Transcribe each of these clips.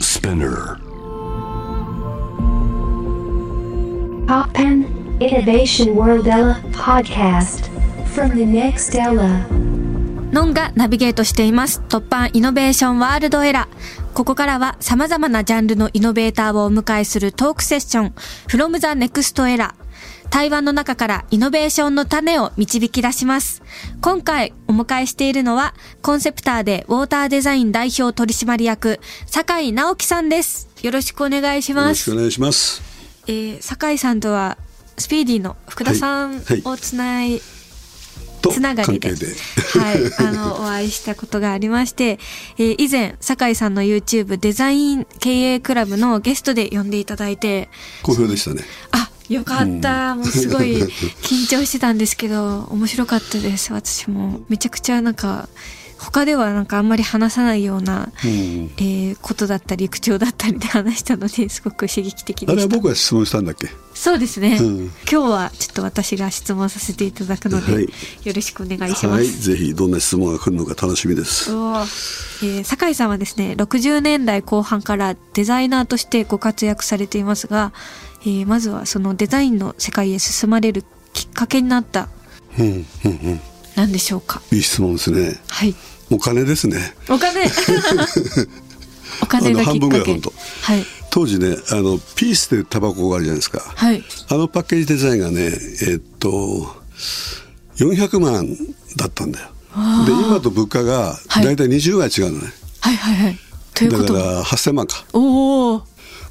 Spinner. Poppen Innovation World Ella podcast from the next Ella. ノンがナビゲートしています。突破イノベーションワールドエラー。ここからは様々なジャンルのイノベーターをお迎えするトークセッション、from the next エラー。対話の中からイノベーションの種を導き出します。今回お迎えしているのは、コンセプターでウォーターデザイン代表取締役、酒井直樹さんです。よろしくお願いしよろましすくお。願いします。えー、酒井さんとは、スピーディーの福田さんはいはをつない、とつながりで関係ではい、あの、お会いしたことがありまして、えー以前、酒井さんの YouTube デザイン経営クラブのゲストで呼んでいただいて、好評でしたね。あ、よかった。もうすごい緊張してたんですけど、面白かったです。私も。めちゃくちゃなんか、他ではなんかあんまり話さないような、うんえーことだったり、口調だったりで話したので、すごく刺激的であした。れは僕が質問したんだっけ。そうですね、うん今日はちょっと私が質問させていただくので、はいよろしくお願いしまはい、す。ぜひどんな質問が来るのか楽しみです。うわえー酒井さんはですね60年代後半からデザイナーとしてご活躍されていますが、えーまずはそのデザインの世界へ進まれるきっかけになったうん、うん、うん。何でしょうかいい質問ですね。はいお金ですね。お金お金があのき半っ分ぐからいけ本当はい当時ね、あのピースでタバコがあるじゃないですか。はいあのパッケージデザインがね、えっと、400万だったんだよ。で、今と物価がはいだいたい20倍違うのね。はいはいはいというだこかとはら8000万か。おお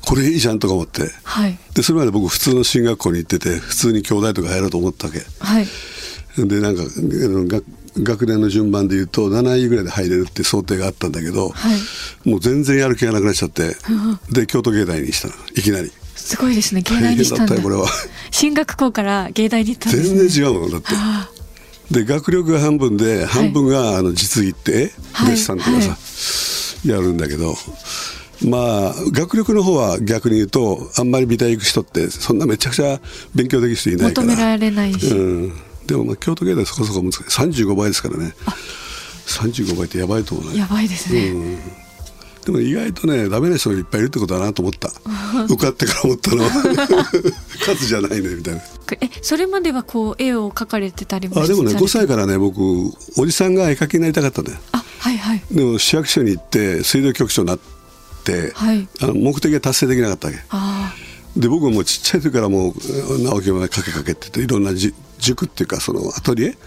これいいじゃんとか思って。はいで、それまで僕普通の進学校に行ってて、普通に兄弟とかやろうと思ったわけ。はいでなんかあの学学年の順番で言うと7位ぐらいで入れるって想定があったんだけど、はいもう全然やる気がなくなっちゃって、で京都芸大にしたのいきなりすごいですね芸大大にし変だたっんただよこれは進学校から芸大に行ったんです全ね然違うものだってで学力が半分で半分が、あの実技ってはおい弟子さんとかさ、はやるんだけどまあ学力の方は逆に言うとあんまり美大行く人ってそんなめちゃくちゃ勉強できる人いないか求らめられないし、うん、でもまあ京都芸大そこそこ難しい35倍ですからね35倍ってやばいと思うねやばいですね、でも意外とねダメな人がいっぱいいるってことだなと思った受かってから思ったの は数じゃないねみたいなえそれまではこう絵を描かれてたりもあでもねされ5歳からね僕おじさんが絵描きになりたかったんだよあはいはいでも市役所に行って水道局長になって、はいあの目的が達成できなかったわけあで僕はもうちっちゃい時からもううん直木までかけかけってていろんなじ塾っていうかそのアトリエ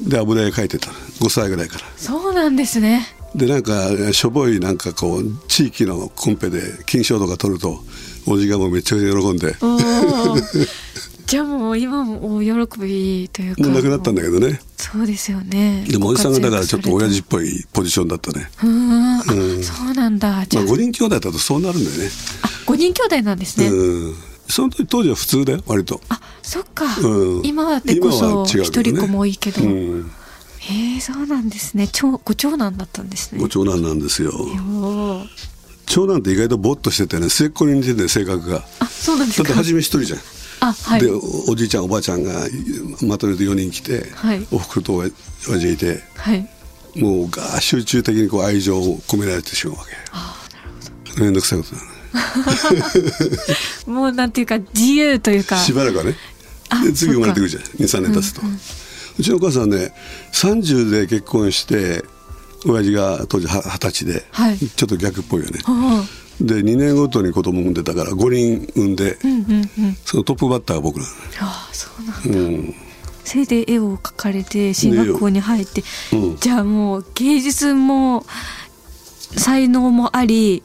で油絵描いてた5歳ぐらいからーそうなんですねでなんかしょぼいなんかこう地域のコンペで金賞とか取るとおじがもうめっちゃくちゃ喜んでお ーじゃあもう今もお喜びというかもうなくなったんだけどねそうですよねでもおじさんがだからちょっと親父うっぽいポジションだったね、ーんあそうなんだじまゃあ、あ,、 5人兄弟だとそうなるんだよねあ5人兄弟なんですね、うんその時当時は普通だよ割とあそっか、うん今はでこ今そは違うけ一どね人子も多いけど、うんへえそうなんですね長ご長男だったんですねご長男なんですよおー長男って意外とぼっとしててね末っ子に似てて性格があそうなんでだすってか初め一人じゃん、あはいでおおじいちゃんおばあちゃんがまとめて4人来て、はいおふくろとおや親父がいてはいもうがー集中的にこう愛情を込められてしまうわけああ面倒くさいことだねもうなんていうか自由というかしばらくはねあで次生そっまれてかくるじゃん23年経つと、うちのお母さんね30で結婚して親父が当時は二十歳で、はいちょっと逆っぽいよねおーで2年ごとに子供産んでたから5人産んで、うんうんうんそのトップバッターが僕なのねああそうなんだうんそれで絵を描かれて進学校に入って、絵をうんじゃあもう芸術も才能もあり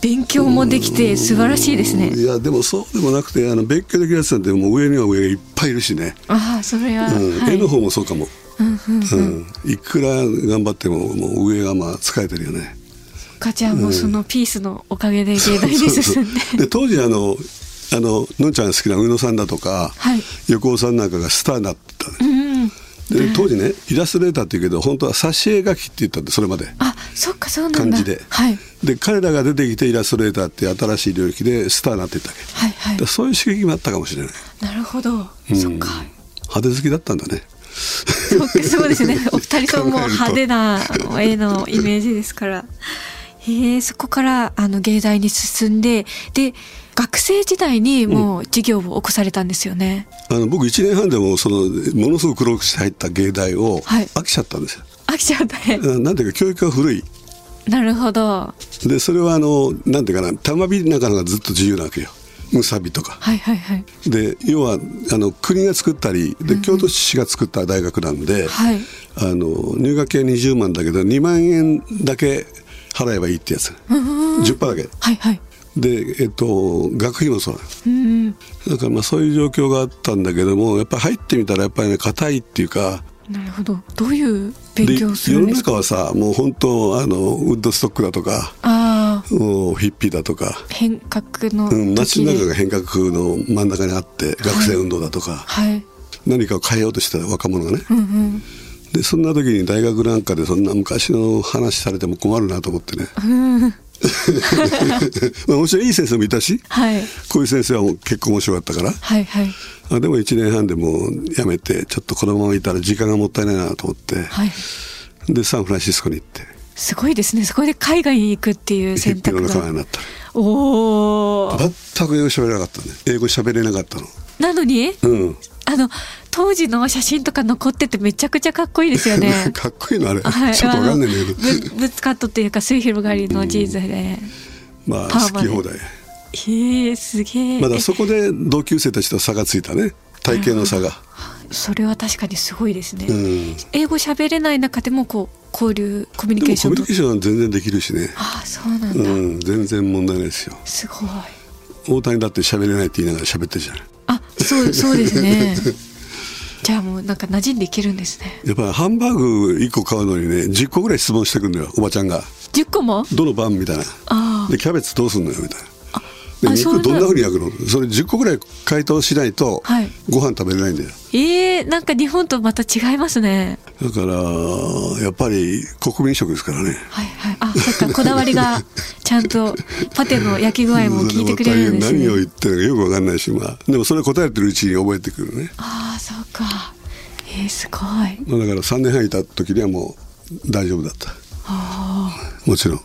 勉強もできて素晴らしいですねいやでもそうでもなくてあの勉強できるやつなんてもう上には上がいっぱいいるしね、ああそれは、うんはい絵の方もそうかも、うんうんうん、いくら頑張ってももう上がまあ疲れてるよねかちゃんもそのピースのおかげで芸大に進んでで当時あのあののんちゃんが好きな宇野さんだとか、はい横尾さんなんかがスターになってたねうんで当時ねイラストレーターって言うけど本当は挿絵描きって言ったんでそれまであそっかそうなんだ漢字で、はいで彼らが出てきてイラストレーターっていう新しい領域でスターになっていったわけはいはいだそういう刺激もあったかもしれないなるほど、そっか派手好きだったんだね そうそうですね。お二人とも派手な絵のイメージですから。へえそこからあの芸大に進んでで学生時代にもう授業を起こされたんですよね、あの僕1年半でもそのものすごく苦労して入った芸大をはい飽きちゃったんですよ、飽きちゃったねあなんていうか教育が古いなるほどでそれはあのなんていうかな玉火なんかのがずっと自由なわけよむさびとかはいはいはいで要はあの国が作ったりで京都市が作った大学なんで、はいあの入学金は20万だけど2万円だけ払えばいいってやつ10%だけはいはいで、えっと、学費もそうなんですうんうんだからまあそういう状況があったんだけどもやっぱり入ってみたらやっぱりね硬いっていうかなるほどどういう勉で強をす世るのんです中かはさもう本当あのウッドストックだとかああもうヒッピーだとか、変革のうん、街時ので、中が変革の真ん中にあって学生運動だとか、はい何かを変えようとした若者がねうんうんでそんな時に大学なんかでそんな昔の話されても困るなと思って ね、 うんまあ、もちろんいい先生もいたしはいこういう先生はもう結構面白かったからはいはいあでも1年半でもうやめてちょっとこのままいたら時間がもったいないなと思って、はいでサンフランシスコに行ってすごいですねそこで海外に行くっていうヒ選ッピーの択仲間がになったおお全く英語喋れなかったね英語喋れなかったのなのにうん。あの当時の写真とか残っててめちゃくちゃかっこいいですよね かっこいいのあれ、はい、ちょっとわかんないんだけあのどぶぶつかっとっていうか水広がりのジーンズで、まあパーマ好でき放題へえすげえ、まだそこで同級生たちと差がついたね体型の差がえそれは確かにすごいですね、うん英語喋れない中でもこう交流コミュニでケーもコショミュンニとケーションは全然できるしねああそうなんだ、うん全然問題ないですよすごい大谷だって喋れないって言いながら喋ってるじゃないあそうそうです ねじゃあもうなんか馴染んでいけるんですねやっぱりハンバーグ1個買うのにね10個ぐらい質問してくるんだよおばちゃんが10個もどの番みたいなあでキャベツどうすんのよみたいなあでそうな肉んどだんなふうに焼くのそれ10個ぐらい解凍しないとはいご飯食べれないんだよ、えー、なんか日本とまた違いますねだからやっぱり国民食ですからねはいはい、あ、そっか、こだわりがちゃんとパテの焼き具合も聞いてくれるんです何をね。言ってるかよくわかんないしまあでもそれ答えてるうちに覚えてくるね、ああ、そうか。えー、すごい。まあ、だから3年半いた時にはもう大丈夫だったもちろん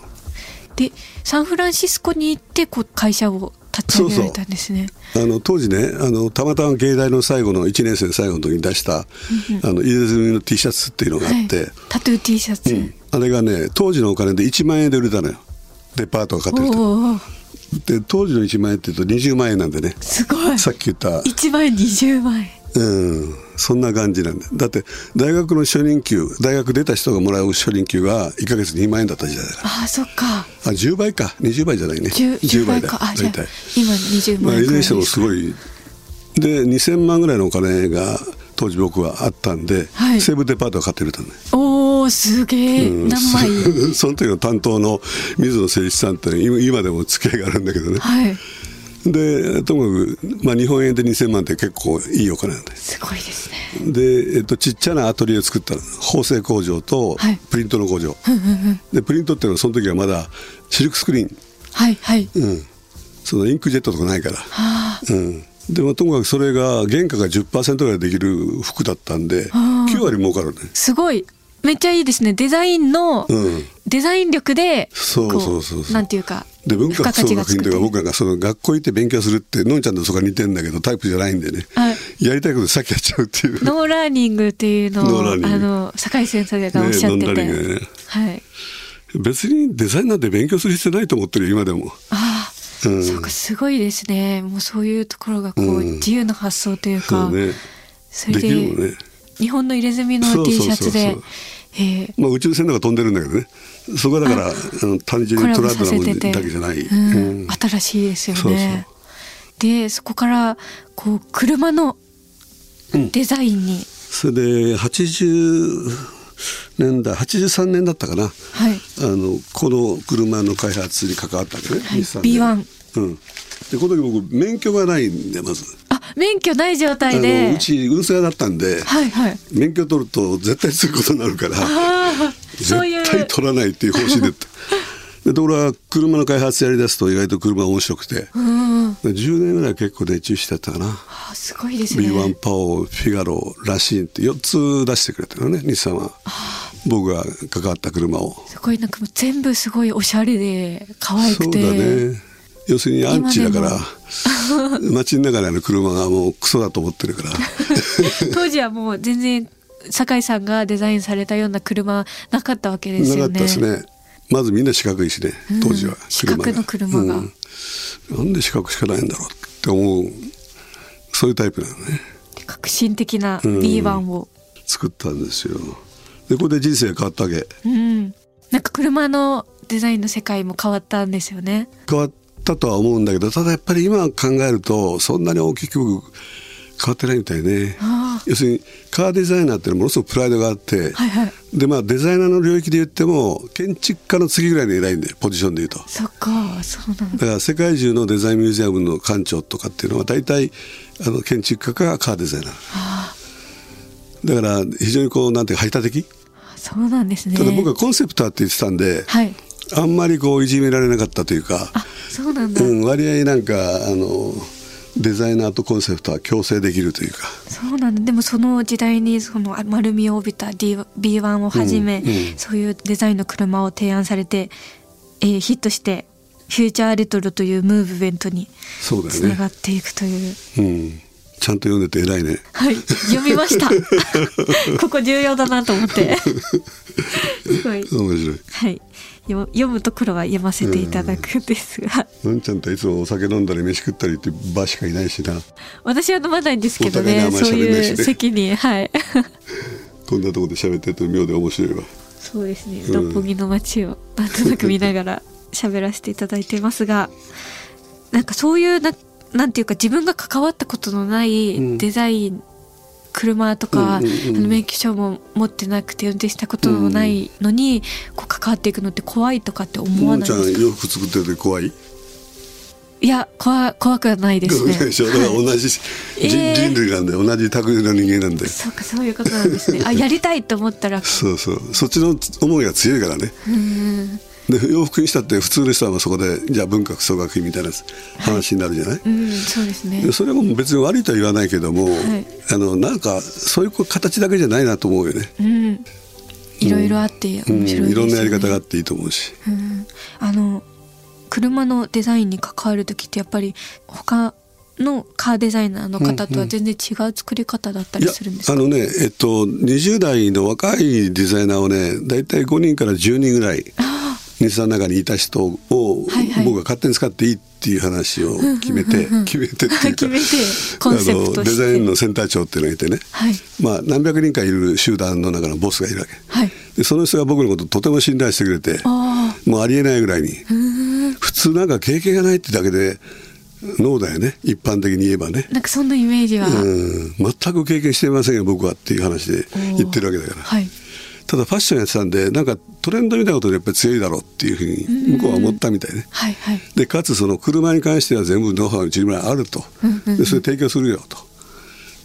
で、サンフランシスコに行って、こう会社を立ち上げられたんですね。あの当時ねあのたまたま芸大の最後の1年生最後の時に出した「あの入れ墨の T シャツ」っていうのがあはいって、、タトゥー T シャツ。あれがね当時のお金で1万円で売れたのよデパートが買っておるーとおーで当時の1万円って言うと20万円なんでねすごい。さっき言った1万円、20万円。うんそんな感じなんでだって大学の初任給大学出た人がもらう初任給が1ヶ月2万円だった時代だからああ、そっか。あ10倍か20倍じゃないね 10, 10倍だか。あ、じゃあ大体、今20ま万あ、円いずくられいにしてもですすか。ごいで2000万ぐらいのお金が当時僕はあったんで、はい西武デパートが買ってるとねおお、すげえ。うん何枚。 その時の担当の水野誠一さんって今今でも付き合いがあるんだけどねはい。でともかく、まあ、日本円で2000万って結構いいお金なんですごいですね。で、えっと、ちっちゃなアトリエを作ったの縫製工場とはいプリントの工場、でプリントっていうのはその時はまだシルクスクリーン、はい、はい。うん、そのインクジェットとかないから、あうん、でもともかくそれが原価が10%ぐらいできる服だったんであー9割儲かるねすごいめっちゃいいですねデザインの、うんデザイン力でそうこそうそうそうなんていうかで文化付加服価装値が学院つくといとういかう僕なんかその学校行って勉強するってのんちゃんとそこが似てんだけどタイプじゃないんでね、はいやりたいこと先やっちゃうっていうノーラーニングっていうのノーをラーあニングの酒井先生がおっしゃってねノーラて、ーニングねはい別にデザインなんて勉強する必要ないと思ってるよ今でもああ、うんそうかすごいですねもうそういうところがこう、うん自由な発想というそかうねそでれできるもんね日本の入れ墨そのうそう T そうシャツでそうえーまあ、宇宙船とか飛んでるんだけどねそこはだからあの単純コにラトボラッドさなもせてんて、だけじゃない、うんうん新しいですよねそうそうでそこからこう車のデザインに、それで80年代83年だったかなあはいのこの車の開発に関わったわけね、はい日産で B1 うんでこの時僕免許がないんでまずあ免許ない状態あのでうち運送屋だったんで、はいはい免許取ると絶対することになるからああ絶そういう対取らないっていう方針 ででところが車の開発やりだすと意外と車面白くてでうんあ10年ぐらい結構熱中してたかなーすごいですね B1 パオフィガロラシーンって4つ出してくれたのね日産は。僕が関わった車をすごいなんかもう全部すごいおしゃれで可愛そくうだてね要するにアンチだから街の中にある車がもうクソだと思ってるから当時はもう全然酒井さんがデザインされたような車なかったわけ ですなかよったね。ですねまずみんな四角いしね当時はうん四角の車がうんなんで四角しかないんだろうって思うそういうタイプなのね革新的な B1 を。作ったんですよでここで人生が変わったわけうん、なんか車のデザインの世界も変わったんですよね。変わったとは思うんだけどただやっぱり今考えるとそんなに大きく変わってないみたいねあ要するにカーデザイナーっていうのはものすごくプライドがあって、はいはいでまあデザイナーの領域で言っても建築家の次ぐらいに偉いんでポジションで言うとそっか、そうなんだ。だから世界中のデザインミュージアムの館長とかっていうのは大体あの建築家かカーデザイナーだから非常にこうなんていうか排他的そうなんですね。ただ僕はコンセプターって言ってたんで、はい。あんまりこういじめられなかったというかあ、そうなんだ。うん、割合なんかあのデザイナーとコンセプトは共生できるというかそうなんだ。でもその時代にその丸みを帯びた D B1 をはじめ、うんうんそういうデザインの車を提案されて、えーヒットしてフューチャーレトロというムーブメントにそうだつよなねが、っていくという。うん、ちゃんと読んでて偉いねはい、読みま した。ここ重要だなと思って。すごい。面白いはい。よ読むところは読ませていただくんですが、のんちゃんとはいつもお酒飲んだり飯食ったりって場しかいないしな私は飲まないんですけどお互いにあね、んまりそ喋うんないいしねう席 に、はい。こんなとこで喋ってると妙で面白いわそうですね、ん 六本木の街をなんとなく見ながら喋らせていただいていますがなんかそういうななんていうか自分が関わったことのないデザイン、車とか、うんうんうんあの免許証も持ってなくて運転したこともないのに、こう関わっていくのって怖いとかって思のわんないちゃんですか洋服作ってて怖いいや怖怖くはないです怖ねいでしょだから 同じ人,、えー人類なんで同じ類の人間なんでそうかそういうことなん ですねあやりたいと思ったらそうそうそっちの思いが強いからねうんで洋服にしたって普通の人はそこでじゃあ文学総学費みたいな話になるじゃない、うんそうですねでそれも別に悪いとは言わないけども、いあのなんかそういう形だけじゃないなと思うよね。うんいろいろあって面白いですようん、ねいろんなやり方があっていいと思うし、うんあの車のデザインに関わる時ってやっぱり他のカーデザイナーの方とは全然違う作り方だったいりやするんですあか、のねえっと20代の若いデザイナーをね大体5人から10人ぐらい日産の中にいた人を、はいはい僕が勝手に使っていいっていう話を決めて、決めてっていうか 決めてコンセプトしてあのデザインのセンター長っていうのがいてね、はいまあ、何百人かいる集団の中のボスがいるわけ。はいでその人が僕のことをとても信頼してくれてあもうありえないぐらいに普通なんか経験がないってだけでノーだよね一般的に言えばねなんかそんなイメージは、うん全く経験していませんよ僕はっていう話で言ってるわけだからはいただファッションやってたんでなんかトレンドみたいなことでやっぱり強いだろうっていうふうに向こうは思ったみたいねはいはいでかつその車に関しては全部ノウハウ自分らあるとでそれ提供するよと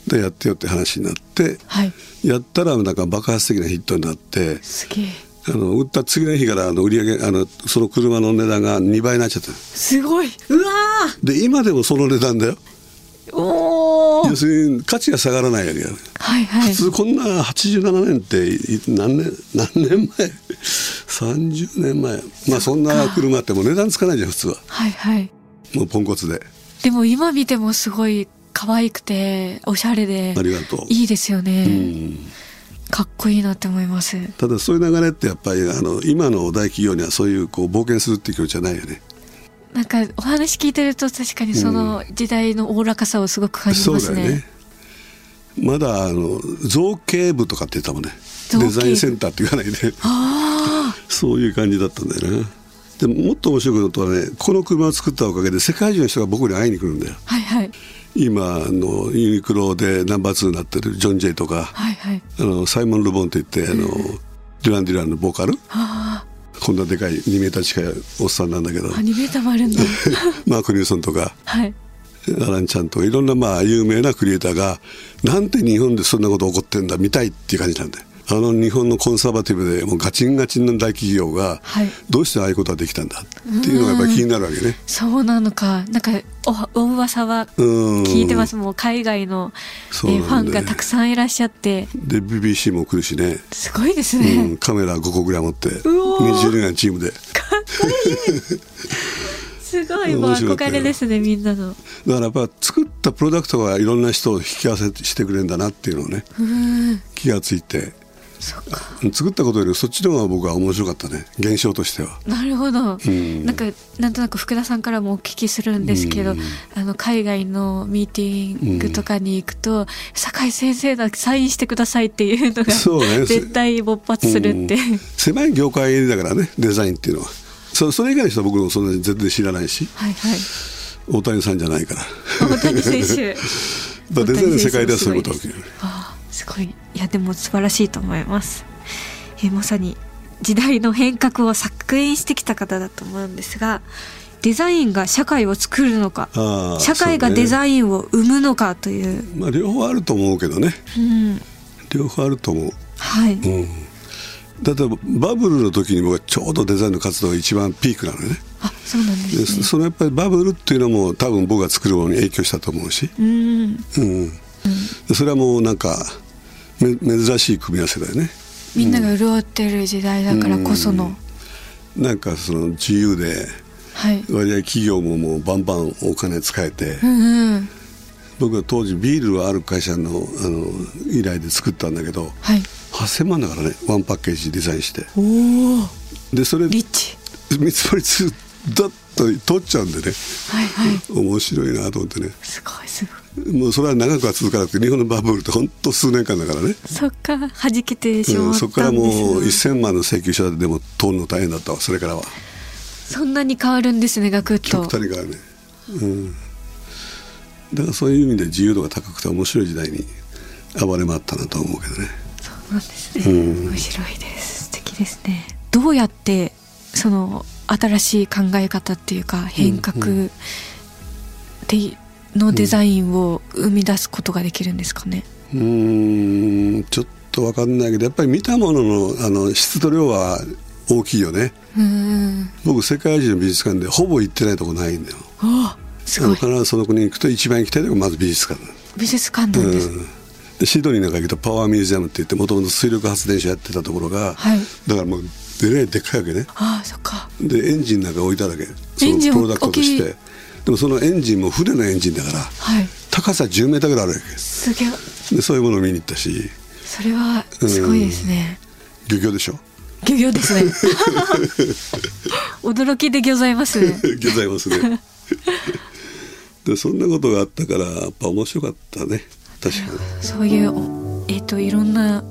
でやってよって話になってはいやったらなんか爆発的なヒットになってすげえあの売った次の日からあの売り上げあのその車の値段が2倍になっちゃったすごいうわで今でもその値段だよーお要ーするに価値が下がらないわけだよねはいはい普通こんな87年ってい何年何年前30年前まあそんな車ってもう値段つかないじゃん普通ははいはいもうポンコツででも今見てもすごい可愛くておしゃれでありがとういいですよね、うんかっこいいなって思いますただそういう流れってやっぱりあの今の大企業にはそういうこう冒険するっていう気持ちはないよねなんかお話聞いてると確かにその時代のおおらかさをすごく感じそまうすだよね。ねまだあの造形部とかって言ったもんね造デ形部ザインセンターって言わないであそういう感じだったんだよねでももっと面白いことはねこの車を作ったおかげで世界中の人が僕に会いに来るんだよあはいはい今あのユニクロでナンバー2になってるジョン・ジェイとかはいはい。あのサイモン・ルボンっていってあのデュラン・デュランのボーカルあこんなでかい2メーター近いおっさんなんだけどあアニメーターもあるんだ。 マーク・ニューソンとかはいアラン・ちゃんとかいろんなまあ有名なクリエイターがなんて日本でそんなこと起こってんだ見たいっていう感じなんだよあの日本のコンサバティブでもうガチンガチンの大企業が、はいどうしてああいうことができたんだっていうのがやっぱり気になるわけね。そうなのかなんかおお噂はうん聞いてますもう海外の、えそうーなんだよねファンがたくさんいらっしゃってで BBC も来るしね、すごいですうね、ん、カメラ5個ぐらい持っておー20人ぐらいのチームですごいもう面白かったよ憧れですねみんなのだからやっぱ作ったプロダクトがいろんな人を引き合わせしてくれるんだなっていうのをねうん気がついてそっか作ったことよりそっちの方が僕は面白かったね現象としては。なるほど、んなんかなんとなく福田さんからもお聞きするんですけど、うんあの海外のミーティングとかに行くと、酒井先生だサインしてくださいっていうのがそうね絶対勃発するって、うん狭い業界だからねデザインっていうのはそそれ以外の人は僕もそんなに全然知らないしはいはい大谷さんじゃないから大谷選手 だからデザインの世界ではそういうこと大が起きる谷選手もすごいですああすごいいやでも素晴らしいと思います、えーまさに時代の変革を作演してきた方だと思うんですがデザインが社会を作るのかああ社会がそうねデザインを生むのかというまあ両方あると思うけどねうん両方あると思う、はい、うん、だってバブルの時に僕はちょうどデザインの活動が一番ピークなのねあそうなんでですねそのやっぱりバブルっていうのも多分僕が作るものに影響したと思うし、うんうん、それはもうなんかめ珍しい組み合わせだよねみんなが潤ってる時代だからこその、なんかその自由ではい割合企業ももうバンバンお金使えてうんうん僕は当時ビールはある会社のあの依頼で作ったんだけどはい8,000万だからねワンパッケージデザインしておおでそれリ見ッチ積もりつだっと取っちゃうんでねはいはい面白いなと思ってねすごいすごいもうそれは長くは続かなくて日本のバブルってほんと数年間だからね、そっか弾けてしうまん、ったそんこからですもうね1,000万の請求書でも取るの大変だったわそれからはそんなに変わるんですねガクッと極端に変わるね、うん、だからそういう意味で自由度が高くて面白い時代に暴れ回ったなとは思うけどねそうなんですね、面白いです素敵ですねどうやってその新しい考え方っていうか変革でのデザインを生み出すことができるんですかね、うーんちょっと分かんないけどやっぱり見たもののあの質と量は大きいよねうーん僕世界中の美術館でほぼ行ってないとこないんだよおーすあごのい必ずその国に行くと一番行きたいのがまず美術館美術館なうんです、んでシドニーなんか行くとパワーミュージアムって言ってもともと水力発電所やってたところが、はいだからもうでねでっかいわけねああそっかでエンジンなんか置いただけそエンジンのプロダクトとし大きてでもそのエンジンも船のエンジンだからはい高さ10メーターぐらいあるわすげえけでそういうものを見に行ったしそれはすごいですね漁業でしょ漁業で すね驚きでございますね ございます ねでそんなことがあったからやっぱ面白かったね確かにそういうおえっ、といろんな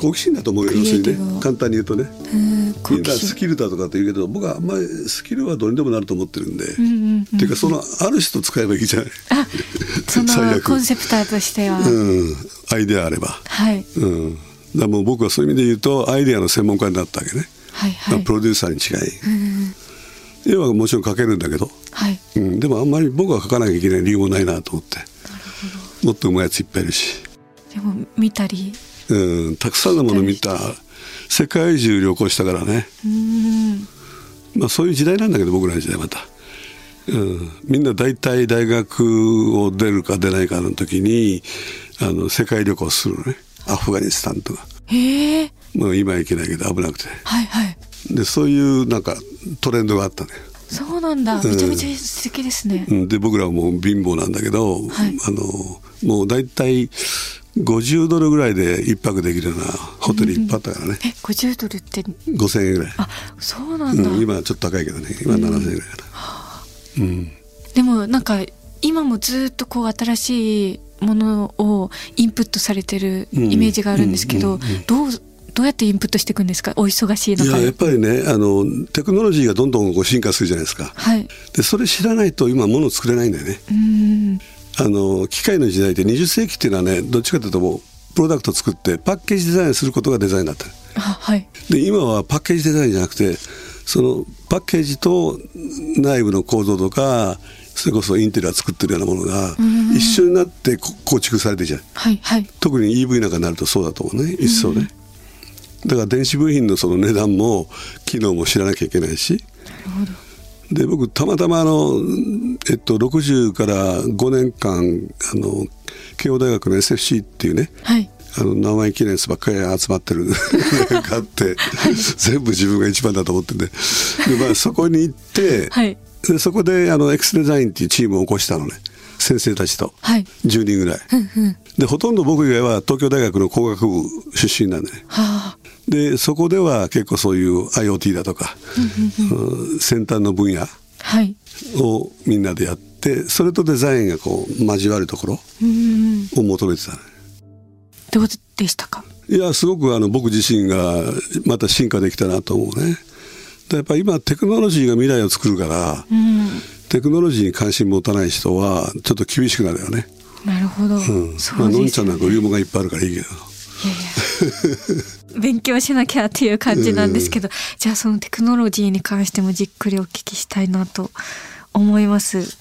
好奇心だと思うよ要するクリエイティにブをね簡単に言うとねうーん好みん奇な心スキルだとかって言うけど僕はあんまりスキルはどうにでもなると思ってるんで、っていうかそのある人使えばいいじゃない、あ、最その悪コンセプターとしては、うん、アイデアあれば、はいうん、だからもう僕はそういう意味で言うとアイデアの専門家になったわけね、はいはいプロデューサーに違い、絵はもちろん描けるんだけど、はいうん、でもあんまり僕は描かなきゃいけない理由もないなと思ってもっと上手いやついっぱいいるし、でも見たりうん、たくさんのもの見た世界中旅行したからね、うーんまあ、そういう時代なんだけど僕らの時代また、うん、みんな大体大学を出るか出ないかの時にあの世界旅行するのねアフガニスタンとか、へえまあ、今行けないけど危なくてはいはいでそういうなんかトレンドがあったね、そうなんだんめちゃめちゃ素敵ですね、うん、で僕らはもう貧乏なんだけど、はいあのもう大体50ドルぐらいで一泊できるようなホテルいっぱいあったからね、え50ドルって5,000円ぐらい、あそうなんだ、うん、今はちょっと高いけどね今7,000円ぐらいかな、うん、でもなんか今もずっとこう新しいものをインプットされてるイメージがあるんですけど、どうどうやってインプットしていくんですかお忙しいい中ややっでぱりねあのテクノロジーがどんどんこう進化するじゃないですかはいでそれ知らないと今物を作れないんだよねうーんあの機械の時代で20世紀っていうのはねどっちかというともうプロダクトを作ってパッケージデザインすることがデザインだったあはいで今はパッケージデザインじゃなくてそのパッケージと内部の構造とかそれこそインテリア作ってるようなものが一緒になってこ構築されてるじゃんはいはい特に EV なんかになるとそうだと思うね一層ね、だから電子部品のその値段も機能も知らなきゃいけないしで僕たまたまあの、えっと、60から5年間あの慶応大学の SFC っていうねはい。あの名前記念すばっかり集まってる なんかあって全部自分が一番だと思っててで、まあ、そこに行って、はい。でそこであの X デザインっていうチームを起こしたのね先生たちと、はい10人ぐらいでほとんど僕以外は東京大学の工学部出身なんでねはあ。でそこでは結構そういう IoT だとか、うん先端の分野はい。をみんなでやってそれとデザインがこう交わるところうーん。を求めてたねどうでしたか。いやすごくあの僕自身がまた進化できたなと思うねでやっぱ今テクノロジーが未来を作るからうん。テクノロジーに関心持たない人はちょっと厳しくなるよねなるほど。うん、そまあうのんでちすゃんなんかね流門がいっぱいあるからいいけどいやいや勉強しなきゃっていう感じなんですけど、じゃあそのテクノロジーに関してもじっくりお聞きしたいなと思います。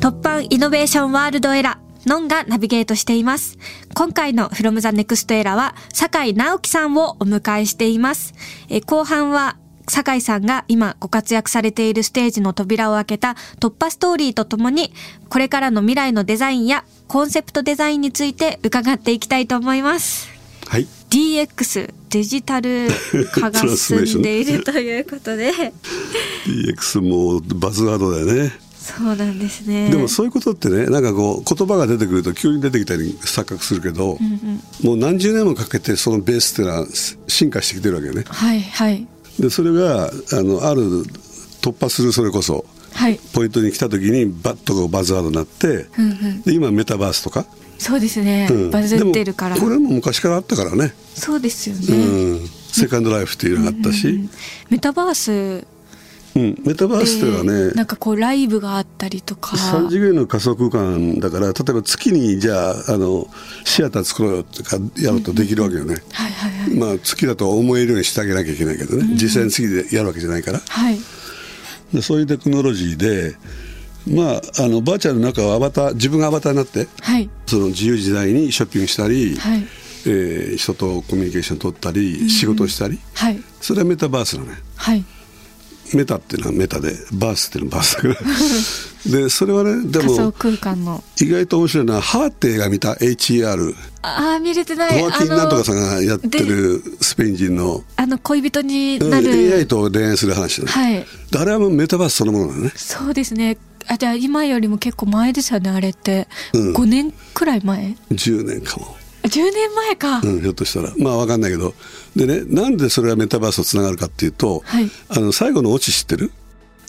突版イノベーションワールドエラノンがナビゲートしています。今回の From the Next Era は酒井直樹さんをお迎えしています。えー後半は酒井さんが今ご活躍されているステージの扉を開けた突破ストーリーとともに、これからの未来のデザインやコンセプトデザインについて伺っていきたいと思います。はい DX、デジタル化が進んでいるということで、 DX もバズワードだよね、そうなんですね。でもそういうことってねなんかこう言葉が出てくると急に出てきたり錯覚するけど、もう何十年もかけてそのベースっていうのは進化してきてるわけよねはいはいでそれがあのある突破するそれこそはい。ポイントに来た時にバッとこうバズワードになって、うんうんで今メタバースとか、そうですね、うんバズってるからでもこれも昔からあったからね、そうですよね、うん、セカンドライフっていうのがあったし、メタバースうん、メタバースっていうのはね、でなんかこうライブがあったりとか3次元の仮想空間だから例えば月にじゃああのシアター作ろうよとかやるとできるわけよね、はいはいはいまあ月だと思えるようにしてあげなきゃいけないけどね、実際に月でやるわけじゃないからはいでそういうテクノロジーでまああのバーチャルの中はアバター自分がアバターになってはいその自由自在にショッピングしたり、はいえー人とコミュニケーション取ったり、仕事をしたりはいそれはメタバースなのねはいメタっていうのはメタでバースっていうのはバースだか らでそれはねで仮想も空間の意外と面白いのはハーって映画見た HER ああ見れてないホアキン・なんとかさんがやってるスペイン人の、あのあの恋人にうんなる、 AI と恋愛する話だね、はいであれはもうメタバースそのものだねそうですねあじゃあ今よりも結構前ですよねあれって、うん5年くらい前10年かも、 10年前か、うん、ひょっとしたらまあわかんないけどでねなんでそれがメタバースとつながるかっていうと、はいあの最後のオチ知ってる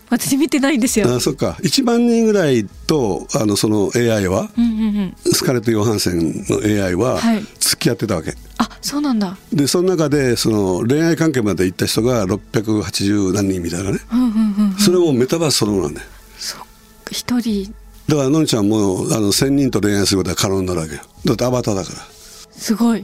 私見てないんですよあそっか1万人ぐらいとあのその AI は、うんうんうんスカレット・ヨハンセンの AI ははい付き合ってたわけ、あそうなんだでその中でその恋愛関係まで行った人が680何人みたいなね、うんうんうんそれもメタバースそのものなんだよそっか一人だからのんちゃんもあの1000人と恋愛することが可能になるわけよだってアバターだからすごい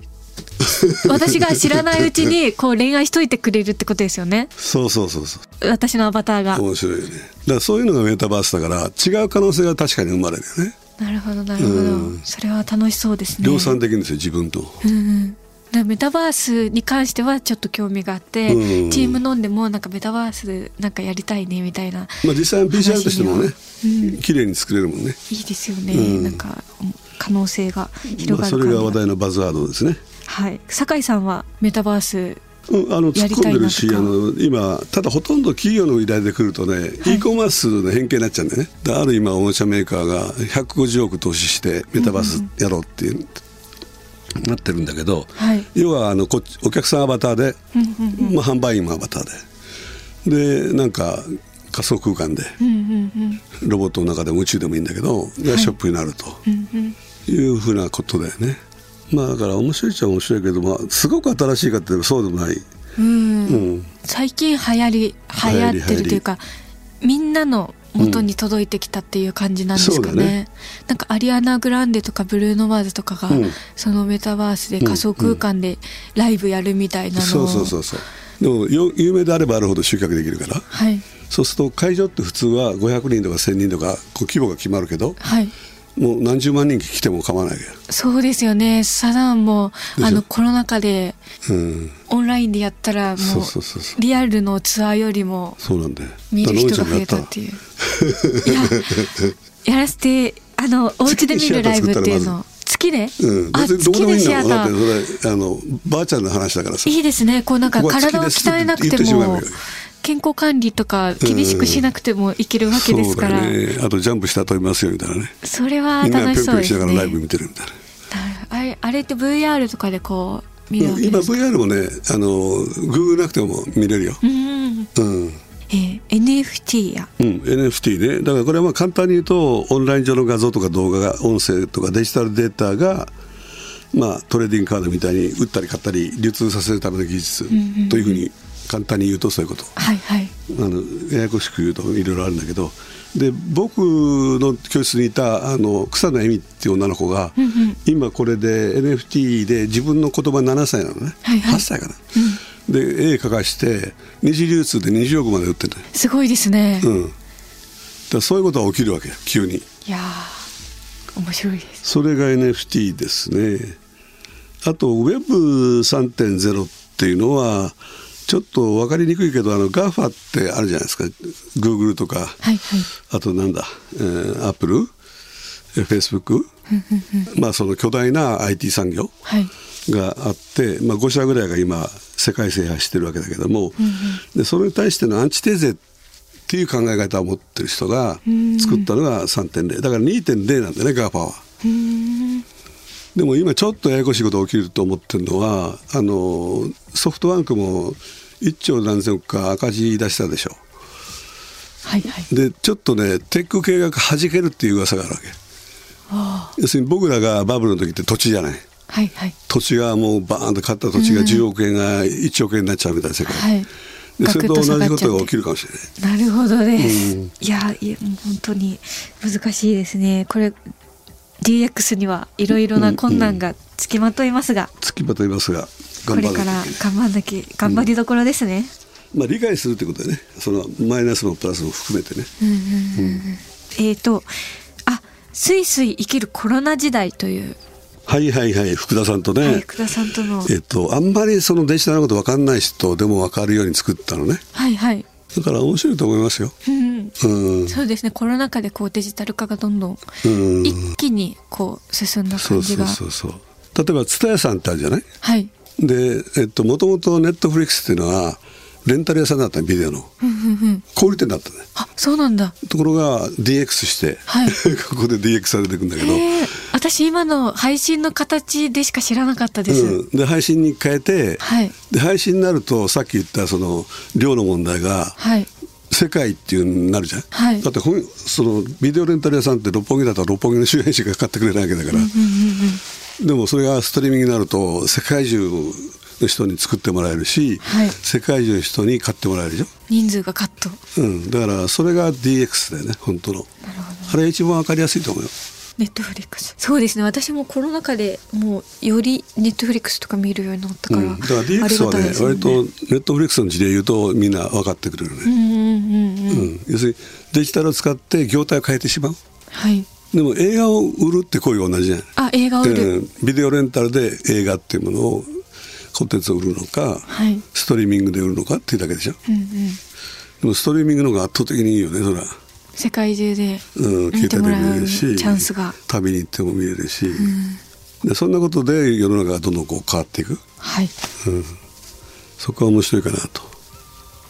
私が知らないうち にこう恋愛しといてくれるってことですよねそうそうそうそう私のアバターが面白いよねだからそういうのがメタバースだから違う可能性が確かに生まれるよねなるほどなるほど、うんそれは楽しそうですね量産できるんですよ自分とうんうんだからメタバースに関してはちょっと興味があって、うんチーム飲んでもなんかメタバースなんかやりたいねみたいなまあ実際の PCR としてもねう綺麗に作れるもんねいいですよね、うんなんか可能性が広まあがそるれ感じが話題のバズワードですねはい酒井さんはメタバースうん、あの突やっりた込いんなでるしとかあの今ただほとんど企業の依頼で来るとね、e コマースの変形になっちゃうんだよねである今おもちゃメーカーが150億投資してメタバースやろうっていう、なってるんだけど、はい要はあのこっちお客さんアバターで、まあ、販売員もアバターででなんか仮想空間で、ロボットの中でも宇宙でもいいんだけど、がショップになると、いうふうなことだよね。まあだから面白いっちゃ面白いけど、まあ、すごく新しいかって言えばそうでもない。うん最近流行り流行ってるというかみんなの元に届いてきたっていう感じなんですかね,、うんそうだねなんかアリアナ・グランデとかブルーノ・マーズとかが、うんそのメタバースで仮想空間でライブやるみたいなのそをうそうそうそうでもよ有名であればあるほど集客できるからはいそうすると会場って普通は500人とか1000人とかこう規模が決まるけどはいもう何十万人来ても構わないけそうですよねサザンもでしょあのコロナ禍でど、うん、オンラインでやったらもそうそうそうそううリアルのツアーよりもそうなんだよ見る人が増えだかたらノエちゃんもやっていういややらせてあのお家で見るライブっていうの月で、うん、あ別にどこでもいいんだもんだ月っでてそれあのばあちゃんの話だからさいいですねこうなんかここは体を鍛えなくて月ですって言ってしまもえばいいよ健康管理とか厳しくしなくてもいけるわけですから、そうだねあとジャンプして飛びますよみたいなねそれはみんな楽ぴょんぴしそょうんでしなすがらねライブ見てるみたいなあれあれって VR とかでこう見るわうけん、今ですか、 VR もねあのグーグルなくても見れるよ、うんうんえー NFT やうん、NFT ねだからこれはまあ簡単に言うとオンライン上の画像とか動画が音声とかデジタルデータが、まあ、トレーディングカードみたいに売ったり買ったり流通させるための技術というふうに簡単に言うとそういうことはいはいあのややこしく言うといろいろあるんだけどで僕の教室にいたあの草野恵美っていう女の子が、今これで NFT で自分の言葉7歳なのね、はいはい8歳かな、で絵描かして二次流通で20億まで売ってるすごいですね、うん、だからそういうことが起きるわけよ急にいやー面白いですそれが NFT ですねあと Web3.0 っていうのはちょっと分かりにくいけどあの GAFA ってあるじゃないですか Google とか、はいはいあとなんだ、えー、アップル、えー、フェイスブック、まあその巨大な IT 産業はいがあって、まあ5社ぐらいが今世界制覇してるわけだけども、でそれに対してのアンチテーゼっていう考え方を持ってる人が作ったのが3.0だから2.0なんだよね GAFA は。でも今ちょっとややこしいことが起きると思ってるのはあのソフトバンクも1兆何千億か赤字出したでしょ。はいはいでちょっとねテック系が弾けるっていう噂があるわけ要するに僕らがバブルの時って土地じゃないはいはい土地がもうバーンと買った土地が10億円が1億円になっちゃうみたいな世界、はいでそれと同じことが起てきるかもしれないなるほどです、いやいやもう本当に難しいですねこれ DX にはいろいろな困難がつきまといますが、月場と言いますがこ頑張れらかなきゃらいけない頑張んなきゃ頑張りどころですね、まあ、理解するってことでねそのマイナスもプラスも含めてね、えっ、ー、とあスイスイ生きるコロナ時代という、はいはいはい福田さんとね、はい、福田さんとのえっと、あんまりそのデジタルのこと分かんない人でも分かるように作ったのねはいはい、だから面白いと思いますようん、うんそうですねコロナ禍でこうデジタル化がどんどんうん一気にこう進んだそ感うじそうがそうそう例えば蔦屋さんってあるじゃないはいでえっともともとネットフリックスっていうのはレンタル屋さんだったのビデオの小売店だったねあそうなんだところが DX して、はい ここで DX されていくんだけど、えー、私今の配信の形でしか知らなかったです、うん、で配信に変えて、はいで配信になるとさっき言ったその量の問題がはい世界っていうになるじゃん、はいだってほんそのビデオレンタル屋さんって六本木だと六本木の周辺しか買ってくれないわけだから、でもそれがストリーミングになると世界中の人に作ってもらえるし、はい世界中の人に買ってもらえるでし人数がカットょ、うん、だからそれが DX だよね本当のあれ一番わかりやすいと思うよネットフリックスそうですね私もコロナ禍でもうよりネットフリックスとか見るようになったから、うん、だから DX はありがたいねですよ割とネットフリックスの事例言うとみんな分かってくれるうね、んうんうんうん、うん要するにデジタルを使って業態を変えてしまうはいでも映画を売るって行為は同じじゃないあ映画を売る、うんビデオレンタルで映画っていうものをコンテンツを売るのか、はいストリーミングで売るのかっていうだけでしょうんうんでもストリーミングの方が圧倒的にいいよねそら、世界中でうん、見てもらで見れうるチしャンスが旅に行っても見れるし、でそんなことで世の中がどんどんこう変わっていくはいそこは面白いかなと思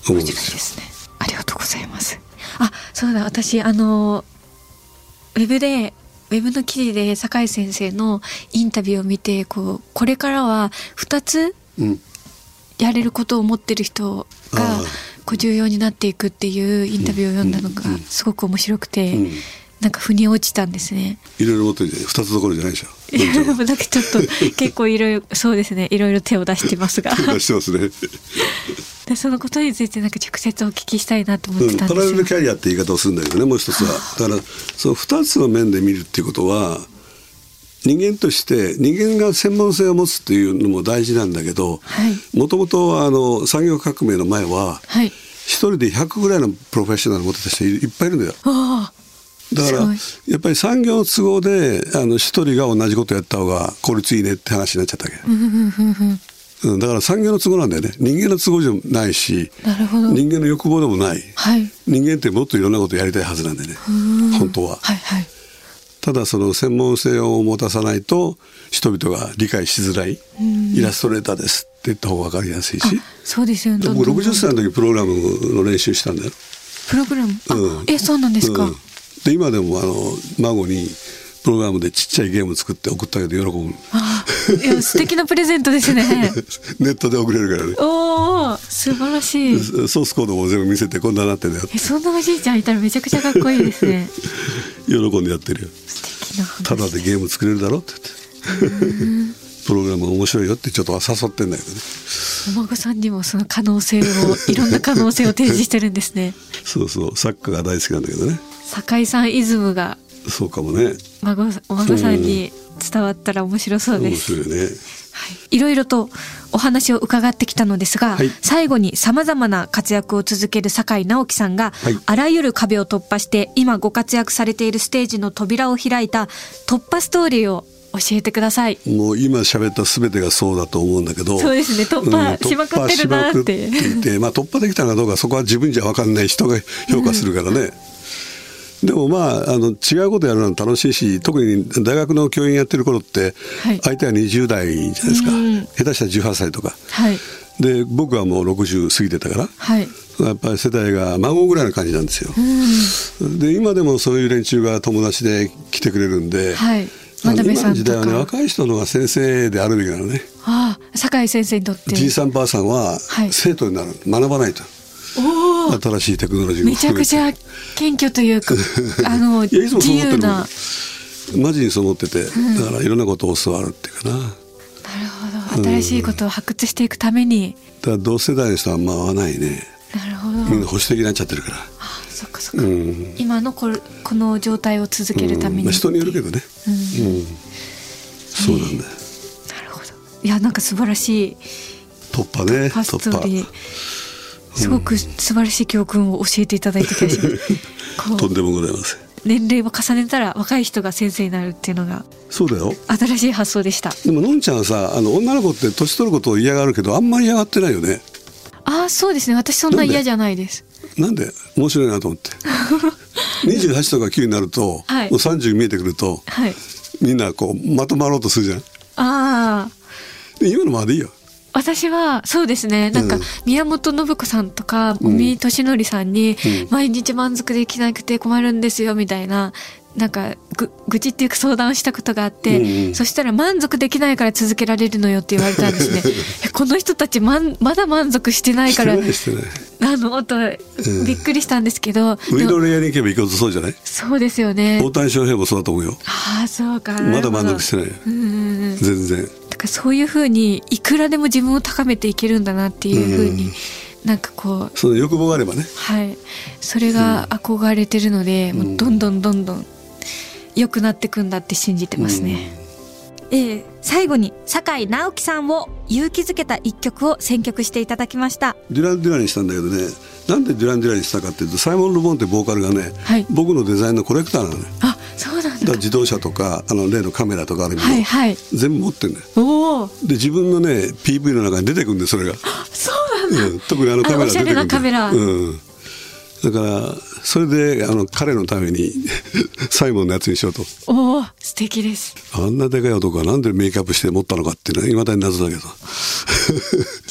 うん面白いでですよすねありがとうございますあそうだ私あのウェブでウェブの記事で酒井先生のインタビューを見てこうこれからは2つうんやれることを持ってる人がああこう重要になっていくっていうインタビューを読んだのがうんうんすごく面白くて、うんなんか腑に落ちたんですね。いろいろ持ってるじゃない二つどころじゃないでしょい やなんかちょっと結構いろいろそうですねいろいろ手を出してま すが出してますね、でそのことについてなんか直接お聞きしたいなと思うってん、たんパでラすレよ、ルキャリアって言い方をするんだけどねもう一つはだからその二つの面で見るっていうことは人間として人間が専門性を持つっていうのも大事なんだけどはいもともとあの産業革命の前ははい一人で100ぐらいのプロフェッショナル持ってた人いっぱいいるんだよああだからすごいやっぱり産業の都合であの一人が同じことやった方が効率いいねって話になっちゃったわけ、うん、だから産業の都合なんだよね人間の都合じゃないしなるほど。はい。人間の欲望でもないはい人間ってもっといろんなことやりたいはずなんでね本当は、はい。ただその専門性を持たさないと人々が理解しづらいイラストレーターですって言った方が分かりやすいしそうですよね。僕60歳の時プログラムの練習したんだよ。プログラム。あうんえ、そうなんですか。うんで今でもあの孫にプログラムでちっちゃいゲーム作って送ったけど喜ぶあいや素敵なプレゼントですね。 ネットで送れるからねおお、素晴らしい。ソースコードも全部見せてこんななってんだよえ、そんなおじいちゃんいたらめちゃくちゃかっこいいですね。喜んでやってるよ素敵な話。ただでゲーム作れるだろって言ってプログラム面白いよってちょっと誘ってんだけどねお孫さんにもその可能性を、いろんな可能性を提示してるんで すね。そうそうサッカーが大好きなんだけどね酒井さんイズムがそうかもね孫さんお孫さんに伝わったら面白そうで面す。白いねはい、いろいろとお話を伺ってきたのですが、はい最後にさまざまな活躍を続ける酒井直樹さんが、はいあらゆる壁を突破して今ご活躍されているステージの扉を開いた突破ストーリーを教えてください。もう今喋った全てがそうだと思うんだけどそうですね突破しまくってるなーって突破しまくっていてまあ、突破できたかどうかそこは自分じゃ分かんない人が評価するからね、でもまああの違うことやるのは楽しいし特に大学の教員やってる頃って、はい相手は20代じゃないですか、うん下手したら18歳とかはいで僕はもう60過ぎてたから。はいやっぱり世代が孫ぐらいの感じなんですよ、で今でもそういう連中が友達で来てくれるんで、はい。あ真の鍋今さのんと時代はねか。若い人の方が先生であるべきなのねああ酒井先生にとってじいさんばあさんははい生徒になる、学ばないとおお新しいテクノロジーもめちゃ含めくてちゃ謙虚と いうかあのいやいつも自そう思って由るもな。んマジにそう思ってて、だからいろんなことを教わるっていうかなだかなるほど新しいことを発掘していくために。ら同世代の人はあんま合わないねなるほみどん。な保守的になっちゃってるからあそっかそっうか、ん、今のこれこの状態を続けるために、まあ、人によるけどね、うんそうなんだよなるほどいやなんか素晴らしい突破ねファス突トで破すごく素晴らしい教訓を教えていただい た気がしまとす、こんでもございませんう年齢を重ねたら若い人が先生になるっていうのがそうだよ新しい発想でしたでものんちゃんはさあの女の子って年取ることを嫌がるけどあんまり嫌がってないよねああそうですね私そんな嫌じゃないですなんで面白いなと思 って28とか9になると、はいもう30見えてくるとはいみんなこうまとまろうとするじゃんああで今のままでいいよ私はそうですねなんかうん宮本信子さんとか尾身俊則さんにうん毎日満足できなくて困るんですよみたいななんかぐ愚痴っていうか相談をしたことがあって、うんうんそしたら満足できないから続けられるのよって言われたんですね えこの人たちまんまだ満足してないしてからないしてないあのとんびっくりしたんですけど、ウでィもドレイヤーに行けば行くほどそうじゃないそうですよね大谷翔平もそうだと思うよああそうかまだ満足してなるないよほどうんうんうん全然だからそういうふうにいくらでも自分を高めていけるんだなっていうふうに、うんなんかこうその欲望があればねはいそれが憧れてるので、もうどんどんどんどん良くなってくんだって信じてますね、えー最後に酒井直樹さんを勇気づけた一曲を選曲していただきましたデュラン・デュランにしたんだけどねなんでデュラン・デュランにしたかっていうとサイモン・ルボンってボーカルがね、はい僕のデザインのコレクターなのねあそうなんだかだら自動車とかあの例のカメラとかあるけど、はいはい全部持ってんだよおおで自分のね PV の中に出てくるんでそ れが、そうなんうだ、ん、特にあのカメラ出てくるんだあのおしゃれなカメラうん、だからそれであの彼のために サイモンのやつにしようとおお素敵ですあんなでかい男がなんでメイクアップして持ったのかっていうのはいまだに謎だけど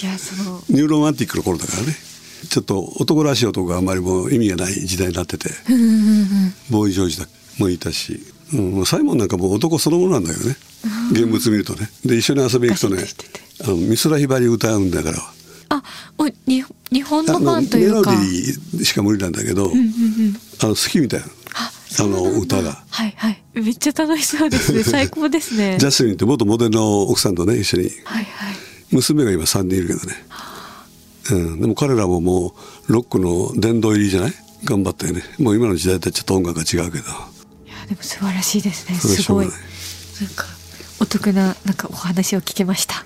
いやそのニューロマンティックの頃だからねちょっと男らしい男があんまりもう意味がない時代になっててボーイ・ジョージだもいたし、うん、もうサイモンなんかもう男そのものなんだけ どね現物見るとねで一緒に遊びに行くとねガシッとしててあの美空ひばり歌うんだから。あおに日本のあファのンといメロうデかィーしか無理なんだけど、あの好きみたいなああそうなんだの歌が。はいはいめっちゃ楽しそうで すね最高ですねジャスミンって元モデルの奥さんとね一緒にはいはい娘が今3人いるけどね、うん、でも彼らももうロックの殿堂入りじゃない頑張ったよねもう今の時代とはちょっと音楽が違うけどいやでも素晴らしいですねそれはすごいしょなうがないんかお得ななんかお話を聞け ました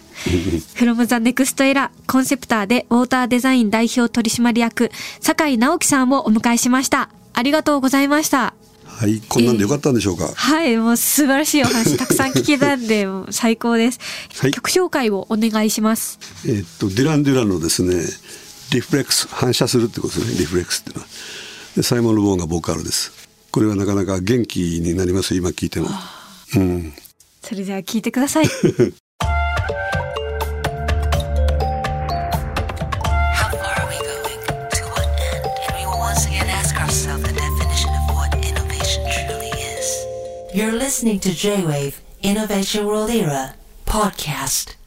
フロムザネクストエラコンセプターでウォーターデザイン代表取締役酒井直樹さんをお迎えしましたありがとうございましたはいこんなんでよかったんでしょうか、はい、もう素晴らしいお話たくさん聞けたんで、もう最高です、はい曲紹介をお願いします。えっとデュラン・デュランのですねリフレックス反射するってことですねリフレックスっていうのはでサイモン・ルボーンがボーカルですこれはなかなか元気になります今聞いてもうんそれでは聞いてください。 How far are we going? To what end? And we will once again ask ourselves the definition of what innovation truly is. You're listening to J-Wave Innovation World Era podcast.